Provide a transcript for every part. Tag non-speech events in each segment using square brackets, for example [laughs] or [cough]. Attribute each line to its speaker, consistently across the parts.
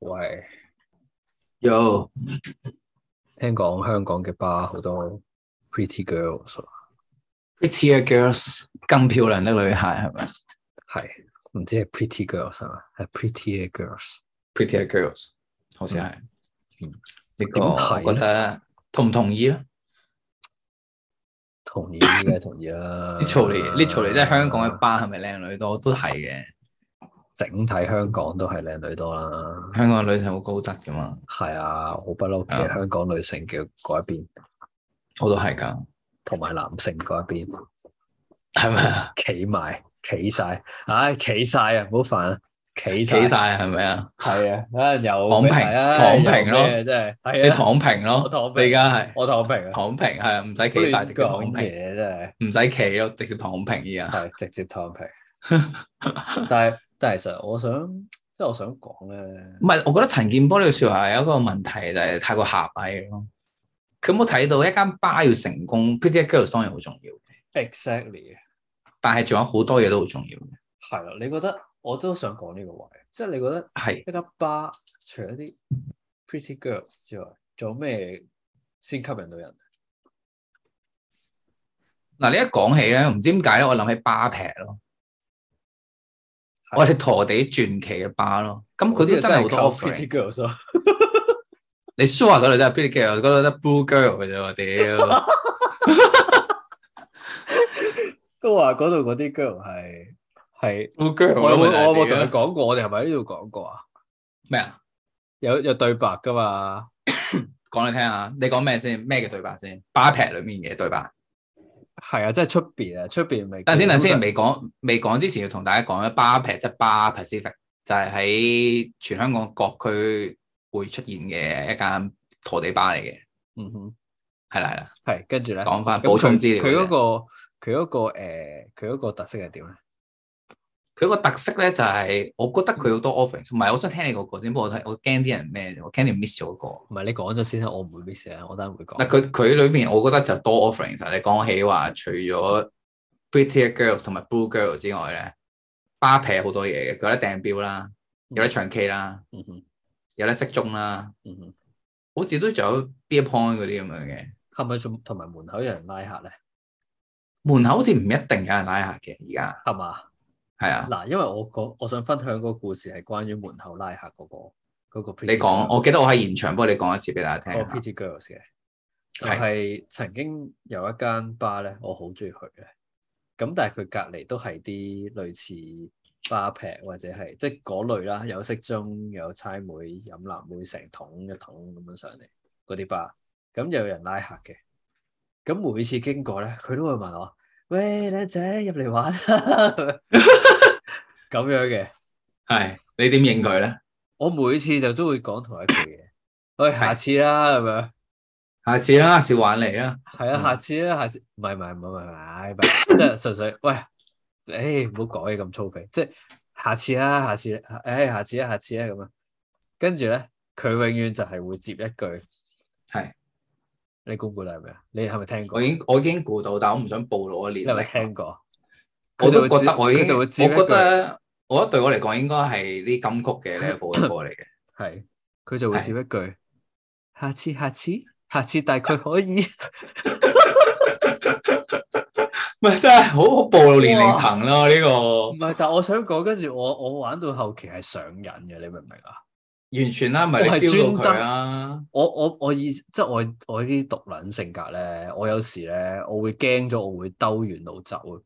Speaker 1: 喂，
Speaker 2: Yo，
Speaker 1: 聽講香港嘅巴好多 pretty girls，喎
Speaker 2: prettier girls，更漂亮的女孩係咪
Speaker 1: 係唔知係 pretty girls 係嘛？係 pretty girls。
Speaker 2: ？prettier girls，好似係。嗯呢個
Speaker 1: 點睇
Speaker 2: 我覺得同唔同意咧
Speaker 1: 同意
Speaker 2: [laughs]
Speaker 1: 嘅，同意啦。
Speaker 2: 呃？literally，literally 即係香港嘅巴係咪靚女多？都係嘅。
Speaker 1: 整體香港都係靚女多啦。
Speaker 2: 香港嘅女性好高質噶嘛，
Speaker 1: 係啊，我不嬲
Speaker 2: 啊
Speaker 1: 嘅香港女性嘅嗰一邊，
Speaker 2: 我都係㗎，
Speaker 1: 同埋男性嗰一邊
Speaker 2: 係咪啊？
Speaker 1: 企埋企晒，唉企晒啊，唔好煩啊，企
Speaker 2: [laughs] 企
Speaker 1: 晒
Speaker 2: 晒係咪啊？
Speaker 1: 係啊，唉又
Speaker 2: 躺平
Speaker 1: 唉
Speaker 2: 躺平咯
Speaker 1: 又啊咩真係
Speaker 2: 你
Speaker 1: 係啊，
Speaker 2: 躺平
Speaker 1: 我
Speaker 2: 咯，
Speaker 1: 躺
Speaker 2: 你
Speaker 1: 平
Speaker 2: 而家係
Speaker 1: 我躺平啊，
Speaker 2: 躺平係啊，唔使企晒直接躺
Speaker 1: 講
Speaker 2: 平，
Speaker 1: 嘢真係。
Speaker 2: 唔使企咯，直接躺平依家。
Speaker 1: 係直接躺
Speaker 2: [laughs]
Speaker 1: 平。但係但係其實我想即係我想講咧，
Speaker 2: 唔係，我覺得陳建波呢個説話有一個問題，就係太過狹隘咯。佢有冇睇到一間巴要成功，Pretty Girls 當然好重要，
Speaker 1: exactly
Speaker 2: 但係仲有好多嘢都好重要嘅。
Speaker 1: 係啦。你覺得我都想講呢個位，即係你覺得
Speaker 2: 係
Speaker 1: 一間 bar 除咗啲 pretty girls 之外，仲有咩先吸引到人？
Speaker 2: 嗱，你一講起咧，唔知點解咧，我諗起巴劈咯，
Speaker 1: 係
Speaker 2: 我哋陀地傳奇嘅巴咯。咁佢都真係好多
Speaker 1: 靠 pretty
Speaker 2: offering。
Speaker 1: girls 咯。
Speaker 2: 你 sure 嗰度真係 Pretty Girl，嗰度得 Blue Girl 嘅啫喎，屌！
Speaker 1: 都話嗰度嗰啲 girl 係
Speaker 2: [laughs]
Speaker 1: 係。
Speaker 2: Blue Girl，
Speaker 1: 我有冇我有冇
Speaker 2: 屌
Speaker 1: 同你講過？我哋係咪喺呢度講過啊？
Speaker 2: 咩啊？
Speaker 1: 有有對白噶嘛？
Speaker 2: 講你聽下，你講咩先？咩嘅對白先？巴劈裡面嘅對白。
Speaker 1: 係啊，即係出邊啊，出邊咪
Speaker 2: 等陣先，
Speaker 1: 通
Speaker 2: 等陣
Speaker 1: 常
Speaker 2: 先，未講未講之前，要同大家講咧，巴劈即係巴 Pacific，就係喺全香港各區會出現嘅一間陀地巴嚟嘅，
Speaker 1: 嗯哼，
Speaker 2: 係啦係啦。
Speaker 1: 係跟住咧。
Speaker 2: 講翻
Speaker 1: 咁
Speaker 2: 補充
Speaker 1: 佢
Speaker 2: 資料
Speaker 1: 佢嗰
Speaker 2: 嘅啫，
Speaker 1: 個佢嗰個誒佢嗰個特色係點咧？
Speaker 2: 佢個特色咧就係，我覺得佢好多 offering。唔係，我想聽你嗰個先，不過我睇我驚啲人咩啫，我驚你 miss 咗嗰
Speaker 1: 唔係你講咗先啦，我唔會 miss 啊，我等陣會
Speaker 2: 個。嗱，
Speaker 1: 講。
Speaker 2: 佢佢裏面我覺得就多 offering。其實你講起話，除咗 Pretty Girls 同埋 Blue Girl 之外咧，巴劈好多嘢嘅，佢有得訂表啦，有得唱 K 啦，
Speaker 1: 嗯哼，
Speaker 2: 有得骰盅啦。
Speaker 1: 嗯哼，
Speaker 2: 好似都仲有 beer point 嗰啲咁樣嘅，
Speaker 1: 係咪仲同埋門口有人拉客咧？
Speaker 2: 門口好似唔一定有人拉客嘅，而家
Speaker 1: 係嘛？
Speaker 2: 係啊。
Speaker 1: 嗱，因為我個我想分享個故事係關於門口拉客嗰個嗰個 pretty
Speaker 2: 你講，我記得我喺現場，不過你講一次俾大家
Speaker 1: girl- 嗰
Speaker 2: 聽
Speaker 1: 個
Speaker 2: 下。
Speaker 1: pretty 哦 girls 嘅，就
Speaker 2: 啊係
Speaker 1: 係曾經有一間 bar 咧，我好中意去嘅。咁但係佢隔離都係啲類似巴劈或者係即係嗰類啦，有骰盅，有差妹，飲藍妹成桶一桶咁樣上嚟嗰啲巴，咁又有人拉客嘅。咁每次經過咧，佢都會問我：喂，靚仔入嚟玩啊！咁樣嘅，
Speaker 2: 係你點應佢咧？
Speaker 1: 我每次就都會講同一句嘢，喂，下次啦咁樣。
Speaker 2: 下次啦，下次玩你啦。
Speaker 1: 係啊，
Speaker 2: 嗯
Speaker 1: 下次啦，下次唔係唔係唔係唔係唔係，即係純粹喂，誒唔好講嘢咁粗鄙，即係下次啦，下次啦，誒下次啦，下次啦咁啊，跟住咧佢永遠就係會接一句，
Speaker 2: 係
Speaker 1: 你估唔估到係咩啊？你係咪聽過？
Speaker 2: 我已經我已經估到，但我唔想暴露我
Speaker 1: 你係
Speaker 2: 年
Speaker 1: 咪
Speaker 2: 齡。
Speaker 1: 聽過？
Speaker 2: 我
Speaker 1: 佢就會
Speaker 2: 都覺得
Speaker 1: 接
Speaker 2: 我已
Speaker 1: 佢就
Speaker 2: 經，
Speaker 1: 會接一句
Speaker 2: 我覺得我覺得對我嚟講應該係啲金曲
Speaker 1: [laughs]
Speaker 2: 嘅 level 嘅歌嚟嘅。
Speaker 1: 係，佢就會
Speaker 2: 係
Speaker 1: 接一句，下次下次下次大概可以，
Speaker 2: 唔係真係好好暴露年齡層咯，呢
Speaker 1: 唔
Speaker 2: 個
Speaker 1: 係，但我想講，跟住我我玩到後期係上癮嘅，你明唔明啊？
Speaker 2: 完全啦，唔係
Speaker 1: 我係
Speaker 2: 你 feel
Speaker 1: 專
Speaker 2: 到佢
Speaker 1: 登
Speaker 2: 啦。
Speaker 1: 我我我以即係我我呢啲獨撚性格咧，我有時咧我會驚咗，我會兜遠路走啊。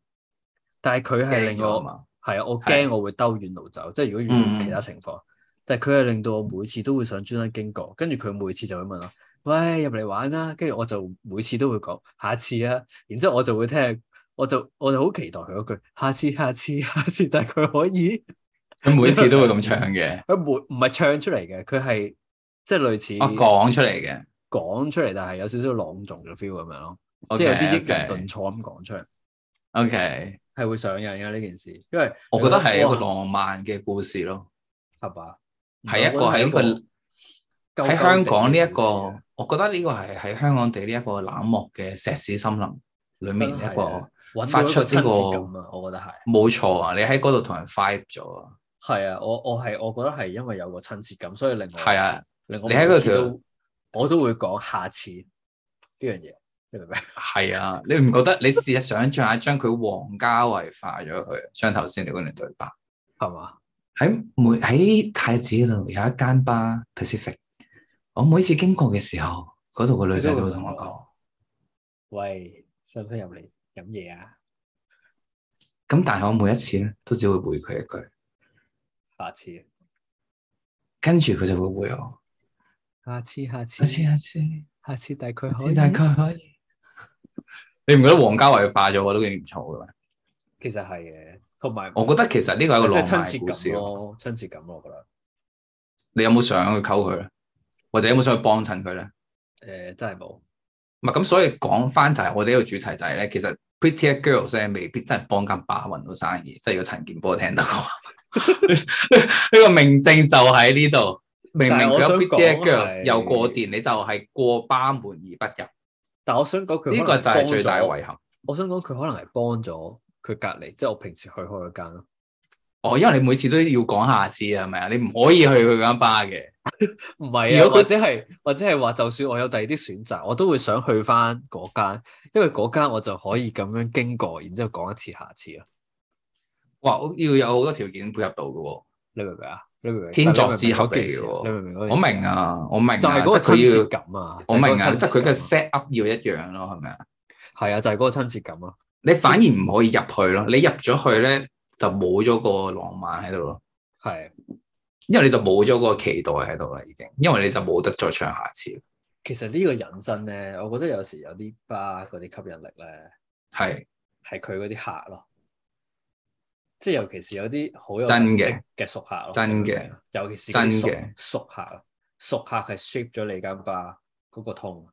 Speaker 1: 但係佢係
Speaker 2: 驚
Speaker 1: 令
Speaker 2: 咗
Speaker 1: 我
Speaker 2: 嘛？
Speaker 1: 係啊，我
Speaker 2: 係
Speaker 1: 驚我會兜遠路走，即係如果遇
Speaker 2: 嗯
Speaker 1: 到其他情況，但係佢係令到我每次都會想專登經過，跟住佢每次就會問我：喂，入嚟玩啦！跟住我就每次都會講下次啊，然之後我就會聽，我就我就好期待佢嗰句下次下次下次，但係佢可以
Speaker 2: 佢每次都會咁唱
Speaker 1: [laughs]
Speaker 2: 嘅，
Speaker 1: 佢每唔係唱出嚟嘅，佢係即係類似
Speaker 2: 我哦講出嚟嘅。
Speaker 1: 講出嚟，但係有少少朗誦嘅 feel 咁樣咯，
Speaker 2: OK，
Speaker 1: 即係有啲抑揚
Speaker 2: OK
Speaker 1: 頓挫咁講出嚟，
Speaker 2: O K，
Speaker 1: 係會上癮嘅呢件事，因為
Speaker 2: 我覺得係一個
Speaker 1: 哇
Speaker 2: 浪漫嘅故事咯，
Speaker 1: 係嘛，
Speaker 2: 係一個喺佢
Speaker 1: 個
Speaker 2: 喺香港呢一個
Speaker 1: 鳩鳩地，
Speaker 2: 我覺得呢個係喺香港地呢一個冷漠嘅石屎森林裏面
Speaker 1: 真係
Speaker 2: 一個
Speaker 1: 啊嘅故事揾到
Speaker 2: 發
Speaker 1: 一個
Speaker 2: 出呢個
Speaker 1: 親切感啊，我覺得係
Speaker 2: 冇錯啊！你喺嗰度同人 five 咗啊，
Speaker 1: 係啊，我我係我覺得係因為有個親切感，所以令我
Speaker 2: 係啊，
Speaker 1: 令我
Speaker 2: 你喺
Speaker 1: 每
Speaker 2: 嗰
Speaker 1: 次
Speaker 2: 條
Speaker 1: 都我都會講下次呢樣嘢，你明唔明？
Speaker 2: 係啊，你唔覺得？你試下想象下，將佢王家衞化咗佢，將頭先你嗰段對白
Speaker 1: 係嘛？
Speaker 2: 喺每喺太子路有一間吧 Pacific，我每次經過嘅時候，嗰度個女仔都會同我講。
Speaker 1: 喂，使唔使入嚟飲嘢啊？
Speaker 2: 咁但係我每一次咧，都只會回佢一句，
Speaker 1: 下次，
Speaker 2: 跟住佢就會回我。
Speaker 1: 下次，下次
Speaker 2: 下，次，下次，
Speaker 1: 下次大概
Speaker 2: 下
Speaker 1: 可
Speaker 2: 次
Speaker 1: 以。
Speaker 2: 大概可以。你唔覺得王家衞化咗我都幾唔錯嘅咩？
Speaker 1: 其實係嘅，同埋
Speaker 2: 我覺得其實呢個係一個
Speaker 1: 即係
Speaker 2: 浪
Speaker 1: 親
Speaker 2: 漫嘅
Speaker 1: 切
Speaker 2: 故事
Speaker 1: 感
Speaker 2: 喎。
Speaker 1: 咯，親切感咯，我覺得。
Speaker 2: 你有冇想去溝佢咧？或者有冇想去幫襯佢咧？
Speaker 1: 誒、真係冇，
Speaker 2: 唔係咁，所以講翻就係我哋呢個主題就係、咧，其實 Pretty Girls 咧未必真係幫間巴運到生意，即係如果陳健波聽到
Speaker 1: [laughs]
Speaker 2: 嘅話，呢個明證就喺呢度。明明
Speaker 1: 但係
Speaker 2: 佢
Speaker 1: 我想
Speaker 2: 有 Pretty
Speaker 1: 講
Speaker 2: Girls
Speaker 1: 係
Speaker 2: 又過電，你就係過巴門而不入，
Speaker 1: 但我想講佢
Speaker 2: 呢
Speaker 1: 個
Speaker 2: 個就係最大嘅遺憾。
Speaker 1: 我想講佢可能係幫咗佢隔離，即係我平時去開嗰間咯。
Speaker 2: 哦，因為你每次都要講下次係咪啊？你唔可以去佢間巴嘅。
Speaker 1: 唔係啊，
Speaker 2: 如果佢
Speaker 1: 或者係或者係話，就算我有第二啲選擇，我都會想去翻嗰間，因為嗰間我就可以咁樣經過，然之後講一次下次咯。
Speaker 2: 哇，要有好多條件配合到嘅喎。
Speaker 1: 你明唔明啊？你明唔明？
Speaker 2: 天作之合
Speaker 1: 但你明唔明嗰件事啊你明唔
Speaker 2: 嚟嘅喎
Speaker 1: 明嗰件事
Speaker 2: 我
Speaker 1: 啊
Speaker 2: 明，啊，我明啊，
Speaker 1: 就係嗰個
Speaker 2: 即係佢
Speaker 1: 親切
Speaker 2: 要。
Speaker 1: 感啊！
Speaker 2: 我明啊，即
Speaker 1: 就
Speaker 2: 係
Speaker 1: 係嗰
Speaker 2: 佢
Speaker 1: 個
Speaker 2: 嘅
Speaker 1: 親切
Speaker 2: set up 要一樣咯，係咪
Speaker 1: 感
Speaker 2: 啊？
Speaker 1: 啊係啊，就係嗰個親切感咯。
Speaker 2: 你反而唔可以入去咯，你入咗去咧就冇咗個浪漫喺度咯，
Speaker 1: 係，
Speaker 2: 因為你就冇咗個期待喺度啦，已經，因為你就冇得再唱下次，
Speaker 1: 其實呢個人生咧，我覺得有時有啲巴嗰啲吸引力咧，
Speaker 2: 係
Speaker 1: 係佢嗰啲客咯，即係尤其是有啲好有
Speaker 2: 真
Speaker 1: 特
Speaker 2: 嘅
Speaker 1: 色嘅熟客咯，
Speaker 2: 真
Speaker 1: 你明唔
Speaker 2: 嘅
Speaker 1: 明啊，尤其是
Speaker 2: 真
Speaker 1: 嗰啲熟
Speaker 2: 嘅
Speaker 1: 熟客啊，熟客係 shape 咗你間 bar 嗰個痛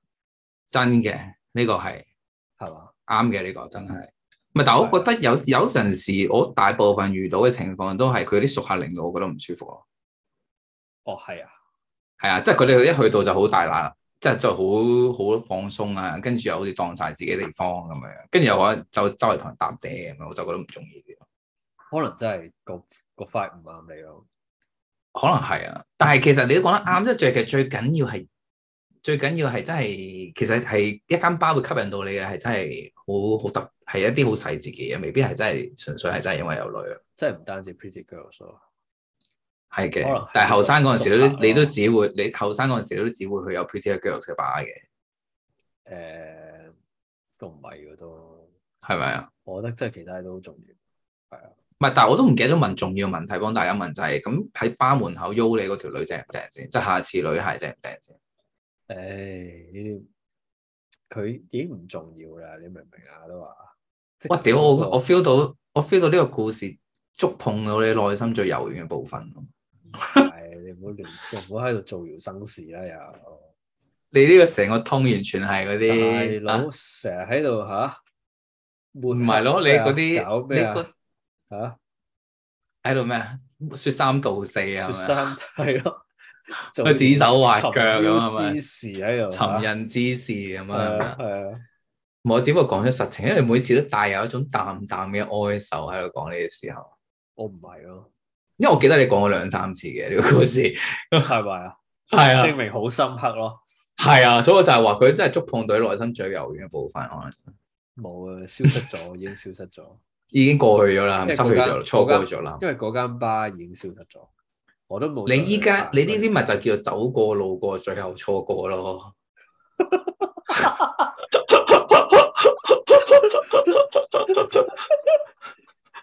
Speaker 2: 真嘅，呢個係
Speaker 1: 係嘛？
Speaker 2: 啱嘅，呢個真係。唔係，但係我覺得有有陣時，我大部分遇到嘅情況都係佢啲熟客令到我覺得唔舒服咯。
Speaker 1: 哦，係啊，
Speaker 2: 係啊，即係佢哋一去到就好大喇，即係就好好放鬆啊，跟住又好似當晒自己地方咁樣，跟住又話就周圍同人搭嗲咁樣，我就覺得唔中意啲。
Speaker 1: 可能真係個個 f i 唔啱你咯。
Speaker 2: 可能係啊，但係其實你都講得啱，即
Speaker 1: 嗯
Speaker 2: 係最其實最緊要係最緊要係真係，其實係一間包會吸引到你嘅係真係好好特，係一啲好細節嘅嘢，未必係真係純粹係真係因為有女啊，
Speaker 1: 即係唔單止 pretty girls 咯，
Speaker 2: 係
Speaker 1: 可能
Speaker 2: 嘅
Speaker 1: 係。
Speaker 2: 但係後生嗰陣時你
Speaker 1: 熟啊
Speaker 2: 都
Speaker 1: 客咯
Speaker 2: 你都只會你後生嗰陣時你都只會去有 pretty girls 嘅吧嘅，
Speaker 1: 誒都唔係嘅都，
Speaker 2: 係咪啊？
Speaker 1: 我覺得真係其他都好重要。
Speaker 2: 唔係，但係我都唔記得咗問重要問題，幫大家問就係咁喺巴門口邀你嗰條女正唔正先，即係下次女孩正唔正先？
Speaker 1: 誒呢啲佢已經唔重要啦，你明唔明啊？都話即係
Speaker 2: 哇！屌
Speaker 1: 嗰
Speaker 2: 我
Speaker 1: 個
Speaker 2: 我 feel 到我 feel 到呢個故事觸碰到你內心最柔軟嘅部分咯。
Speaker 1: 係你唔好亂，即係唔好喺度造謠生事啦又。
Speaker 2: 你呢個成個通完全係嗰
Speaker 1: 大
Speaker 2: 啲，
Speaker 1: 佬
Speaker 2: 啊
Speaker 1: 成日喺度吓，唔
Speaker 2: 唔係咯？你嗰
Speaker 1: 搞
Speaker 2: 啲你
Speaker 1: 咩啊
Speaker 2: 嗰
Speaker 1: 吓？
Speaker 2: 喺度咩啊？説三道四啊，
Speaker 1: 雪
Speaker 2: 係咪啊
Speaker 1: 山係
Speaker 2: [laughs]
Speaker 1: 咯，做
Speaker 2: 佢指手畫腳
Speaker 1: 尋
Speaker 2: 咁啊
Speaker 1: 幽
Speaker 2: 係咪
Speaker 1: 之？時喺度吓，
Speaker 2: 尋人之事咁啊，係
Speaker 1: 係
Speaker 2: 咪
Speaker 1: 啊
Speaker 2: 啊？
Speaker 1: 係啊，
Speaker 2: 我只不過講咗實情，因為每次都帶有一種淡淡嘅哀愁喺度講呢嘅時候，
Speaker 1: 我唔係咯，
Speaker 2: 因為我記得你講咗兩三次嘅呢個故事，
Speaker 1: 係咪啊？
Speaker 2: 係啊
Speaker 1: 證明好深刻咯，
Speaker 2: 係啊，所以我就係話佢真係觸碰到你內心最柔軟嘅部分，可能
Speaker 1: 冇啊，消失咗，已經消失咗，
Speaker 2: 已經過去咗啦，
Speaker 1: 因為
Speaker 2: 失去
Speaker 1: 嗰間
Speaker 2: 咗，錯
Speaker 1: 嗰
Speaker 2: 過咗啦。
Speaker 1: 因為嗰間巴已經消失咗，我都冇再
Speaker 2: 你
Speaker 1: 去行。
Speaker 2: 依家你呢啲咪就
Speaker 1: 啊
Speaker 2: 叫做走過路過，最後錯過咯。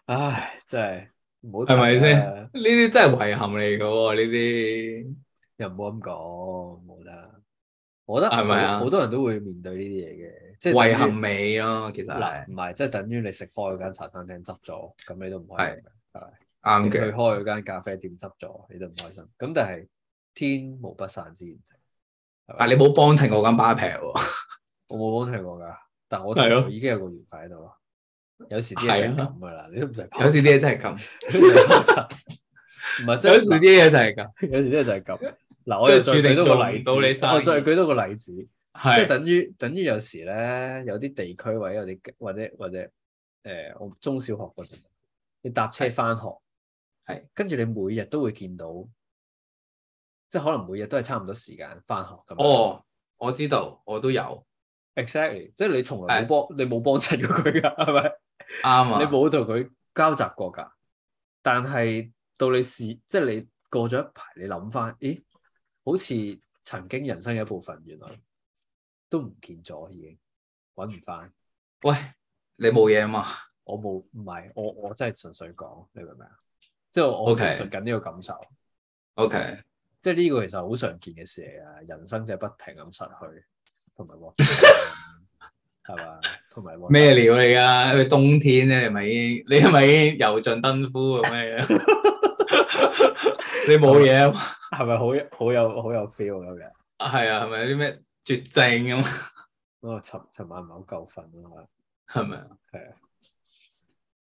Speaker 1: 唉，真係唔好
Speaker 2: 係咪
Speaker 1: 提
Speaker 2: 先
Speaker 1: 啦？
Speaker 2: 呢啲真係遺憾嚟嘅喎，呢啲
Speaker 1: 又唔好咁講，冇啦。我覺得
Speaker 2: 係咪啊
Speaker 1: 好好多人都會面對呢啲嘢嘅，即係
Speaker 2: 遺
Speaker 1: 等於
Speaker 2: 憾啊美咯，其實係
Speaker 1: 嗱，唔係即係等於你食開嗰間茶餐廳執咗，咁你都唔開心嘅。你
Speaker 2: 啱
Speaker 1: 去開
Speaker 2: 嘅，
Speaker 1: 嗰間咖啡店執咗，你都唔開心。咁但係天無不散之筵席，
Speaker 2: 但啊係你冇幫襯我間巴皮喎，
Speaker 1: 我冇幫襯過㗎，但我
Speaker 2: 係咯
Speaker 1: 同我已經有個緣分喺度咯。有時啲嘢就係咁㗎啦，你都唔使幫襯
Speaker 2: 啊有時啲嘢真係
Speaker 1: [laughs]
Speaker 2: 咁，
Speaker 1: 你都唔使幫襯
Speaker 2: [laughs]
Speaker 1: 唔係即
Speaker 2: 有時
Speaker 1: 係
Speaker 2: 啲嘢就係
Speaker 1: [laughs]
Speaker 2: 咁，
Speaker 1: 有時啲嘢就係咁。嗱，我又再
Speaker 2: 即係注定
Speaker 1: 舉多
Speaker 2: 做
Speaker 1: 個
Speaker 2: 唔
Speaker 1: 例子，
Speaker 2: 到你生意
Speaker 1: 我再舉多個例子。即係
Speaker 2: 係
Speaker 1: 等於等於有時咧，有啲地區或者有呃啲或者或者誒、我中小學嗰陣，你搭車翻學，
Speaker 2: 係
Speaker 1: 跟住你每日都會見到，即係可能每日都係差唔多時間翻學咁樣。
Speaker 2: 哦，我知道，我都有
Speaker 1: ，exactly，即係你從來冇幫你冇幫襯過佢㗎，係咪？
Speaker 2: 啱啊。
Speaker 1: 你冇同佢交集過㗎，但係到你試，即係你過咗一排，你諗翻，咦，好似曾經人生嘅一部分，原來都唔見咗，已經揾唔翻。
Speaker 2: 喂，你冇嘢啊嘛？
Speaker 1: 我冇，唔係，我我真係純粹講，你明唔明啊？即係我
Speaker 2: OK
Speaker 1: 描述緊呢個感受。
Speaker 2: OK，
Speaker 1: 即係呢個其實好常見嘅事嚟啊！人生就係不停咁失去，同埋獲得係嘛，同埋獲得
Speaker 2: 咩料嚟噶？佢冬天咧，你咪已經，你係咪已經油盡燈枯咁樣？ [laughs] 你冇嘢啊嘛？
Speaker 1: 係咪好有好有好有 feel 咁樣？
Speaker 2: 係啊，係咪有啲咩絕症咁？啊
Speaker 1: 我尋尋晚唔係好夠瞓啊嘛，
Speaker 2: 係咪啊？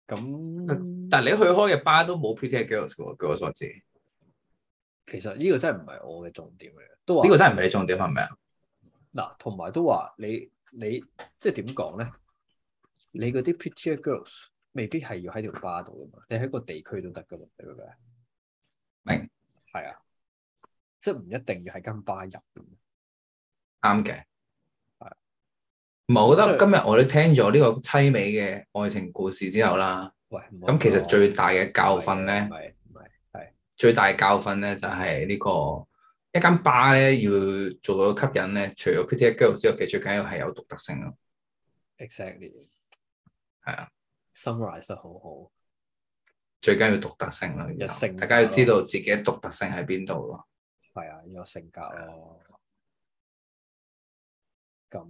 Speaker 1: 咁
Speaker 2: 但係你去開嘅巴都冇 Pretty Girls 嘅喎，據我所知，呢
Speaker 1: 其實呢個真係唔係我嘅重點嚟嘅，都話
Speaker 2: 個真係唔係你重點係咪啊？
Speaker 1: 嗱，同埋都話你你即係點講咧？你嗰啲 prettier girls 未必係要喺條巴度噶嘛，你喺個地區都得噶嘛，你明唔明啊？
Speaker 2: 明
Speaker 1: 係啊，即係唔一定要喺間巴入㗎嘛。
Speaker 2: 啱嘅
Speaker 1: 係。
Speaker 2: 唔係，我覺
Speaker 1: 所
Speaker 2: 得今日我哋聽咗呢個凄美嘅愛情故事之後啦，
Speaker 1: 喂，唔好
Speaker 2: 咁其實
Speaker 1: 講
Speaker 2: 最大嘅教訓咧
Speaker 1: 唔。係唔係
Speaker 2: 最大嘅教訓咧就係呢、個一間巴咧要做到吸引咧，除咗 pretty girl 之外，其實最緊要係有獨特性咯。
Speaker 1: exactly
Speaker 2: 係啊
Speaker 1: ，summarize 得好好，
Speaker 2: 最緊要獨特性啦，
Speaker 1: 有性格
Speaker 2: 大家要知道自己嘅獨特性喺邊度咯。
Speaker 1: 係啊，有性格咯。咁